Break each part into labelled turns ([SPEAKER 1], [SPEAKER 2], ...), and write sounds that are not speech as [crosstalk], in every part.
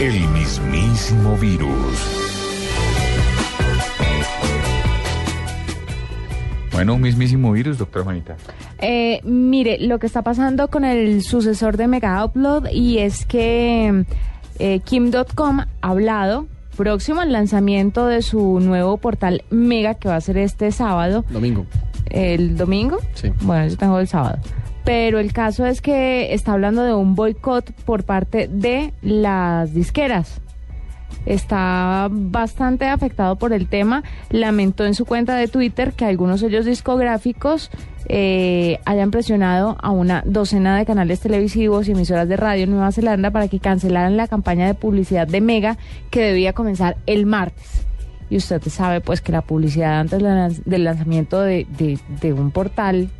[SPEAKER 1] El mismísimo virus. Bueno, un mismísimo virus, doctora Juanita.
[SPEAKER 2] Eh, mire, lo que está pasando con el sucesor de Mega Upload y es que eh, Kim.com ha hablado próximo al lanzamiento de su nuevo portal Mega que va a ser este sábado,
[SPEAKER 3] Domingo.
[SPEAKER 2] el domingo.
[SPEAKER 3] Sí.
[SPEAKER 2] Bueno, yo tengo el sábado. Pero el caso es que está hablando de un boicot por parte de las disqueras. Está bastante afectado por el tema. Lamentó en su cuenta de Twitter que algunos sellos discográficos eh, hayan presionado a una docena de canales televisivos y emisoras de radio en Nueva Zelanda para que cancelaran la campaña de publicidad de Mega que debía comenzar el martes. Y usted sabe pues que la publicidad antes de la- del lanzamiento de, de- de un portal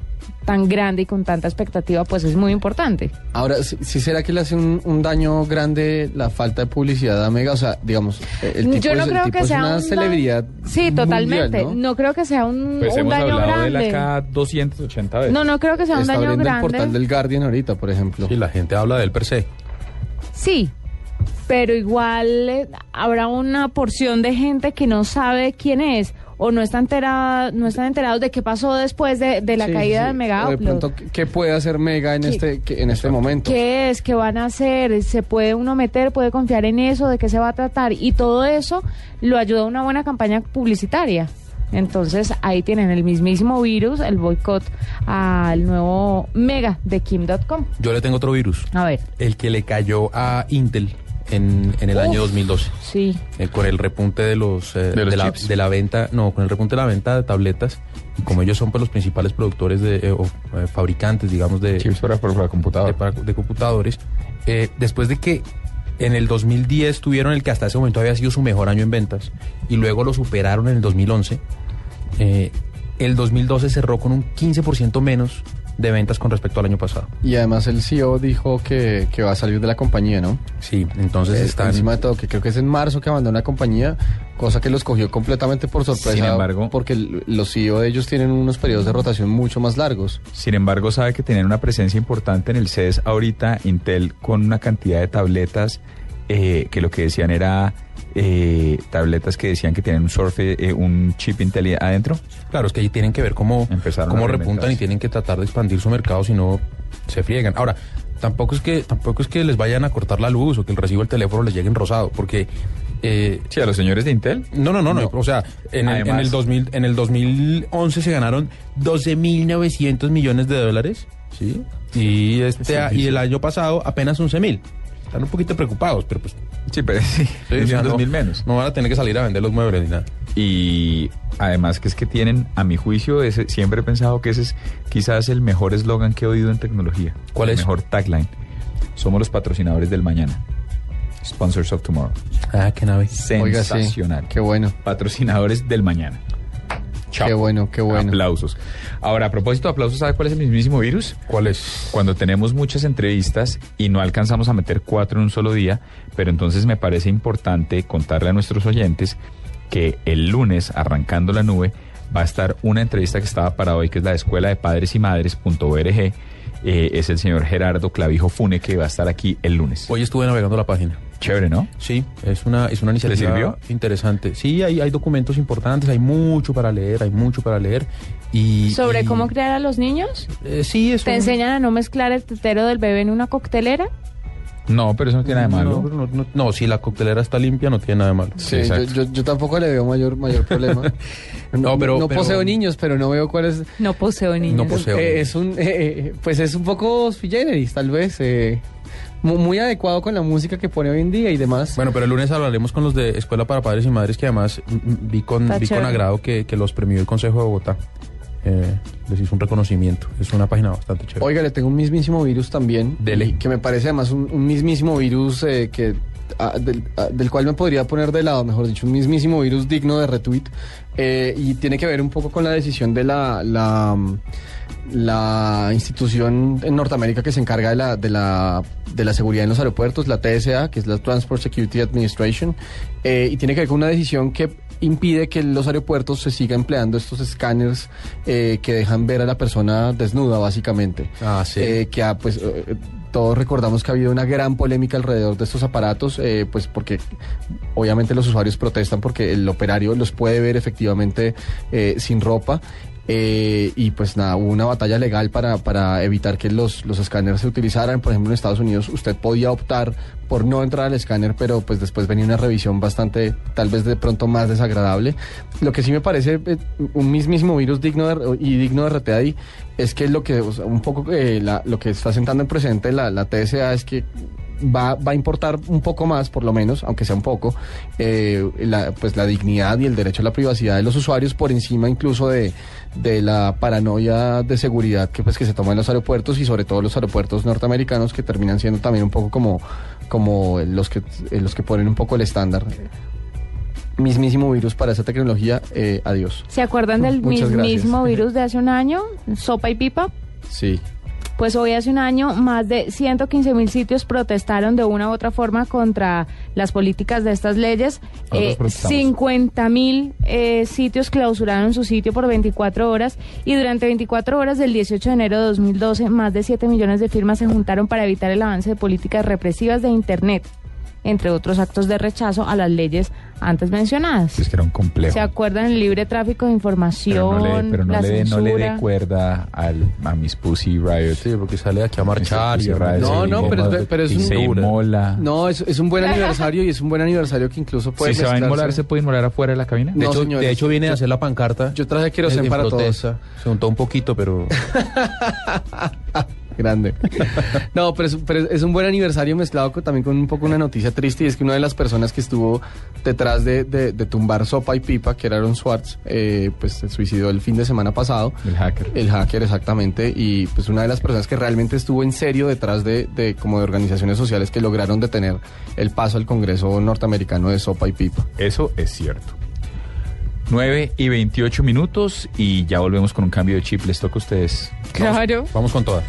[SPEAKER 2] tan grande y con tanta expectativa pues es muy importante.
[SPEAKER 3] Ahora, ¿sí, sí será que le hace un, un daño grande la falta de publicidad a Mega? O sea, digamos, eh, el tipo
[SPEAKER 2] Yo no
[SPEAKER 3] es, el
[SPEAKER 2] creo
[SPEAKER 3] tipo
[SPEAKER 2] que
[SPEAKER 3] es
[SPEAKER 2] sea
[SPEAKER 3] una
[SPEAKER 2] un daño-
[SPEAKER 3] celebridad.
[SPEAKER 2] Sí, totalmente.
[SPEAKER 3] mundial,
[SPEAKER 2] ¿no? creo que sea un,
[SPEAKER 1] Pues
[SPEAKER 2] un
[SPEAKER 1] hemos
[SPEAKER 2] daño
[SPEAKER 1] hablado
[SPEAKER 2] grande.
[SPEAKER 1] de la K 280 veces.
[SPEAKER 2] No, no creo que sea un
[SPEAKER 3] Está
[SPEAKER 2] daño
[SPEAKER 3] abriendo el
[SPEAKER 2] grande.
[SPEAKER 3] portal del Guardian ahorita, por ejemplo.
[SPEAKER 4] Sí, la gente habla del per se.
[SPEAKER 2] Sí, pero igual eh, habrá una porción de gente que no sabe quién es o no está enterada, no están enterados de qué pasó después de, de la
[SPEAKER 3] Sí,
[SPEAKER 2] caída
[SPEAKER 3] sí.
[SPEAKER 2] de Mega
[SPEAKER 3] O de
[SPEAKER 2] Upload.
[SPEAKER 3] pronto, ¿qué- ¿qué puede hacer Mega en
[SPEAKER 2] ¿Qué-
[SPEAKER 3] este que- en este momento?
[SPEAKER 2] ¿Qué es? ¿Qué van a hacer? ¿Se puede uno meter? ¿Puede confiar en eso? ¿De qué se va a tratar? Y todo eso lo ayuda una buena campaña publicitaria. Entonces ahí tienen el mismísimo virus, el boicot al nuevo mega de Kim.com.
[SPEAKER 4] Yo le tengo otro virus,
[SPEAKER 2] A ver,
[SPEAKER 4] el que le cayó a Intel en, en el
[SPEAKER 2] Uf.
[SPEAKER 4] año 2012.
[SPEAKER 2] sí.
[SPEAKER 4] eh, con el repunte de los, eh,
[SPEAKER 1] De los
[SPEAKER 4] la,
[SPEAKER 1] chips.
[SPEAKER 4] de la venta, no, con el repunte de la venta de tabletas, y como ellos son pues, los principales productores de, eh, o eh, fabricantes, digamos, de,
[SPEAKER 1] Chips para, para, para
[SPEAKER 4] de,
[SPEAKER 1] computador.
[SPEAKER 4] para- de computadores, eh, después de que en el 2010 tuvieron el que hasta ese momento había sido su mejor año en ventas y luego lo superaron en el 2011, eh, el 2012 cerró con un 15% menos de ventas con respecto al año pasado.
[SPEAKER 3] Y además el CEO dijo que, que va a salir de la compañía, ¿no?
[SPEAKER 4] Sí, entonces
[SPEAKER 3] Eh,
[SPEAKER 4] están...
[SPEAKER 3] encima de todo, que creo que es en marzo que abandona la compañía, cosa que los cogió completamente por sorpresa.
[SPEAKER 1] Sin embargo-
[SPEAKER 3] porque l- los CEO de ellos tienen unos periodos de rotación mucho más largos.
[SPEAKER 1] Sin embargo, sabe que tenían una presencia importante en el CES ahorita, Intel, con una cantidad de tabletas eh, que lo que decían era eh, tabletas que decían que tienen un Surface, eh, un chip Intel adentro.
[SPEAKER 4] Claro, es que ahí tienen que ver cómo,
[SPEAKER 1] Empezaron a
[SPEAKER 4] cómo
[SPEAKER 1] reinventarse.
[SPEAKER 4] repuntan y tienen que tratar de expandir su mercado, si no se friegan. Ahora, tampoco es que tampoco es que les vayan a cortar la luz o que el recibo del teléfono les llegue en rosado, porque eh,
[SPEAKER 1] Sí, a los señores de Intel.
[SPEAKER 4] no, no, no, no, o sea, en el, en
[SPEAKER 1] Además-
[SPEAKER 4] el 2000 en el 2011 se ganaron 12.900 millones de dólares, ¿sí? Y este y el año pasado apenas 11.000. Están un poquito preocupados, pero pues
[SPEAKER 1] Sí, pero [laughs] sí,
[SPEAKER 4] o sea,
[SPEAKER 1] son
[SPEAKER 4] no,
[SPEAKER 1] 2000 menos.
[SPEAKER 4] no van a tener que salir a vender los muebles ni nada.
[SPEAKER 1] Y además que es que tienen, a mi juicio, ese, siempre he pensado que ese es quizás el mejor eslogan que he oído en tecnología.
[SPEAKER 4] ¿Cuál
[SPEAKER 1] el
[SPEAKER 4] es?
[SPEAKER 1] mejor tagline. Somos los patrocinadores del mañana. Sponsors of tomorrow.
[SPEAKER 4] Ah, qué nave.
[SPEAKER 3] Oiga, sí,
[SPEAKER 1] Sensacional.
[SPEAKER 3] Qué bueno.
[SPEAKER 1] Patrocinadores del mañana. Chao.
[SPEAKER 3] Qué bueno, qué bueno.
[SPEAKER 1] Aplausos. Ahora, a propósito de aplausos, ¿sabe cuál es el mismísimo virus?
[SPEAKER 4] ¿Cuál es?
[SPEAKER 1] Cuando tenemos muchas entrevistas y no alcanzamos a meter cuatro en un solo día, pero entonces me parece importante contarle a nuestros oyentes que el lunes, arrancando la nube, va a estar una entrevista que estaba para hoy, que es la de escuela de padres y madres.org. Eh, es el señor Gerardo Clavijo Fune que va a estar aquí el lunes.
[SPEAKER 4] Hoy estuve navegando la página.
[SPEAKER 1] Chévere, ¿no?
[SPEAKER 4] Sí, es una, es una iniciativa
[SPEAKER 1] sirvió?
[SPEAKER 4] interesante. Sí, hay, hay documentos importantes, hay mucho para leer, hay mucho para leer. Y,
[SPEAKER 2] ¿Sobre
[SPEAKER 4] y-
[SPEAKER 2] cómo crear a los niños?
[SPEAKER 4] Eh, sí, es
[SPEAKER 2] ¿Te
[SPEAKER 4] un-
[SPEAKER 2] enseñan a no mezclar el tetero del bebé en una coctelera?
[SPEAKER 1] No, pero eso no tiene nada de malo.
[SPEAKER 4] No, no, no, no, si la coctelera está limpia, no tiene nada de malo.
[SPEAKER 1] Sí,
[SPEAKER 3] Sí, yo,
[SPEAKER 1] exacto.
[SPEAKER 3] yo- yo tampoco le veo mayor, mayor problema.
[SPEAKER 4] No, pero-
[SPEAKER 3] no
[SPEAKER 4] pero-
[SPEAKER 3] poseo niños, pero no veo cuál es.
[SPEAKER 2] No poseo niños.
[SPEAKER 4] No poseo.
[SPEAKER 3] Eh, es un, eh, eh, pues es un poco sui generis, tal vez. eh, mu- muy, adecuado con la música que pone hoy en día y demás.
[SPEAKER 4] Bueno, pero el lunes hablaremos con los de Escuela para Padres y Madres, que además mm, mm, vi con,
[SPEAKER 2] Está
[SPEAKER 4] vi con
[SPEAKER 2] chévere.
[SPEAKER 4] agrado que, que los premió el Consejo de Bogotá. Eh, les hizo un reconocimiento. Es una página bastante chévere.
[SPEAKER 3] Oiga, le tengo un mismísimo virus también.
[SPEAKER 4] Dele.
[SPEAKER 3] y Que me parece además un, un mismísimo virus eh, que, ah, del, ah, del cual me podría poner de lado, mejor dicho, un mismísimo virus digno de retweet. eh, y tiene que ver un poco con la decisión de la, la, la institución en Norteamérica que se encarga de la, de, la, de la seguridad en los aeropuertos, la TSA, que es la Transport Security Administration. eh, y tiene que ver con una decisión que impide que los aeropuertos se siga empleando estos escáneres eh, que dejan ver a la persona desnuda, básicamente.
[SPEAKER 4] Ah, sí.
[SPEAKER 3] Eh, que ah, pues eh, todos recordamos que ha habido una gran polémica alrededor de estos aparatos, eh, pues porque obviamente los usuarios protestan porque el operario los puede ver efectivamente eh, sin ropa. Eh, y pues nada, hubo una batalla legal para, para evitar que los, los escáneres se utilizaran. Por ejemplo, en Estados Unidos usted podía optar por no entrar al escáner, pero pues después venía una revisión bastante, tal vez de pronto más desagradable. Lo que sí me parece eh, un mismísimo virus digno de- y digno de RTAI es que lo que, o sea, un poco eh, la- lo que está sentando en presente la, la TSA es que va, va a importar un poco más, por lo menos, aunque sea un poco, eh, la, pues la dignidad y el derecho a la privacidad de los usuarios por encima incluso de, de la paranoia de seguridad que pues que se toma en los aeropuertos y sobre todo los aeropuertos norteamericanos que terminan siendo también un poco como, como los que eh, los que ponen un poco el estándar. Mismísimo virus para esa tecnología, eh, adiós.
[SPEAKER 2] ¿Se acuerdan del
[SPEAKER 3] Muchas gracias.
[SPEAKER 2] mismo
[SPEAKER 4] [laughs]
[SPEAKER 2] virus de hace un año? Sopa y pipa.
[SPEAKER 3] Sí.
[SPEAKER 2] Pues hoy hace un año más de 115 mil sitios protestaron de una u otra forma contra las políticas de estas leyes.
[SPEAKER 1] Nosotros protestamos.
[SPEAKER 2] 50 mil eh, sitios clausuraron su sitio por 24 horas y durante 24 horas del 18 de enero de 2012 más de 7 millones de firmas se juntaron para evitar el avance de políticas represivas de Internet, entre otros actos de rechazo a las leyes antes mencionadas.
[SPEAKER 1] Es que era un complejo.
[SPEAKER 2] ¿Se acuerdan el libre tráfico de información?
[SPEAKER 1] Pero no le, pero no
[SPEAKER 2] la
[SPEAKER 1] le dé- no le dé
[SPEAKER 2] censura?
[SPEAKER 1] cuerda al, a mis Pussy Riot.
[SPEAKER 4] Sí, porque sale de aquí a marchar.
[SPEAKER 1] Mis
[SPEAKER 4] y-
[SPEAKER 1] Pussy Riot
[SPEAKER 3] No,
[SPEAKER 1] se
[SPEAKER 3] no,
[SPEAKER 1] inmola-
[SPEAKER 3] pero es- pero es
[SPEAKER 1] y
[SPEAKER 3] un-
[SPEAKER 1] se
[SPEAKER 4] dura.
[SPEAKER 1] inmola.
[SPEAKER 3] No, es, es un buen aniversario y es un buen aniversario que incluso puede
[SPEAKER 1] si se va a
[SPEAKER 3] mezclarse.
[SPEAKER 1] inmolar, ¿se puede inmolar afuera de la cabina?
[SPEAKER 4] De,
[SPEAKER 3] No,
[SPEAKER 4] hecho,
[SPEAKER 3] señores.
[SPEAKER 4] de hecho, viene a hacer la pancarta.
[SPEAKER 3] Yo traje querosén
[SPEAKER 4] en
[SPEAKER 3] para todos.
[SPEAKER 4] protesta. Se juntó un
[SPEAKER 3] [laughs]
[SPEAKER 4] poquito, pero.
[SPEAKER 3] Grande. [laughs] No, pero es, pero es- es un buen aniversario mezclado con- también con un poco una noticia triste y es que una de las personas que estuvo detrás de, de- de tumbar sopa y pipa, que era Aaron Swartz, eh, pues se suicidó el fin de semana pasado.
[SPEAKER 1] El hacker.
[SPEAKER 3] El hacker, exactamente. Y pues una de las personas que realmente estuvo en serio detrás de, de como de organizaciones sociales que lograron detener el paso al Congreso norteamericano de sopa y pipa.
[SPEAKER 1] Eso es cierto. 9 y 28 minutos y ya volvemos con un cambio de chip. Les toca a ustedes.
[SPEAKER 2] Claro.
[SPEAKER 4] Vamos con toda.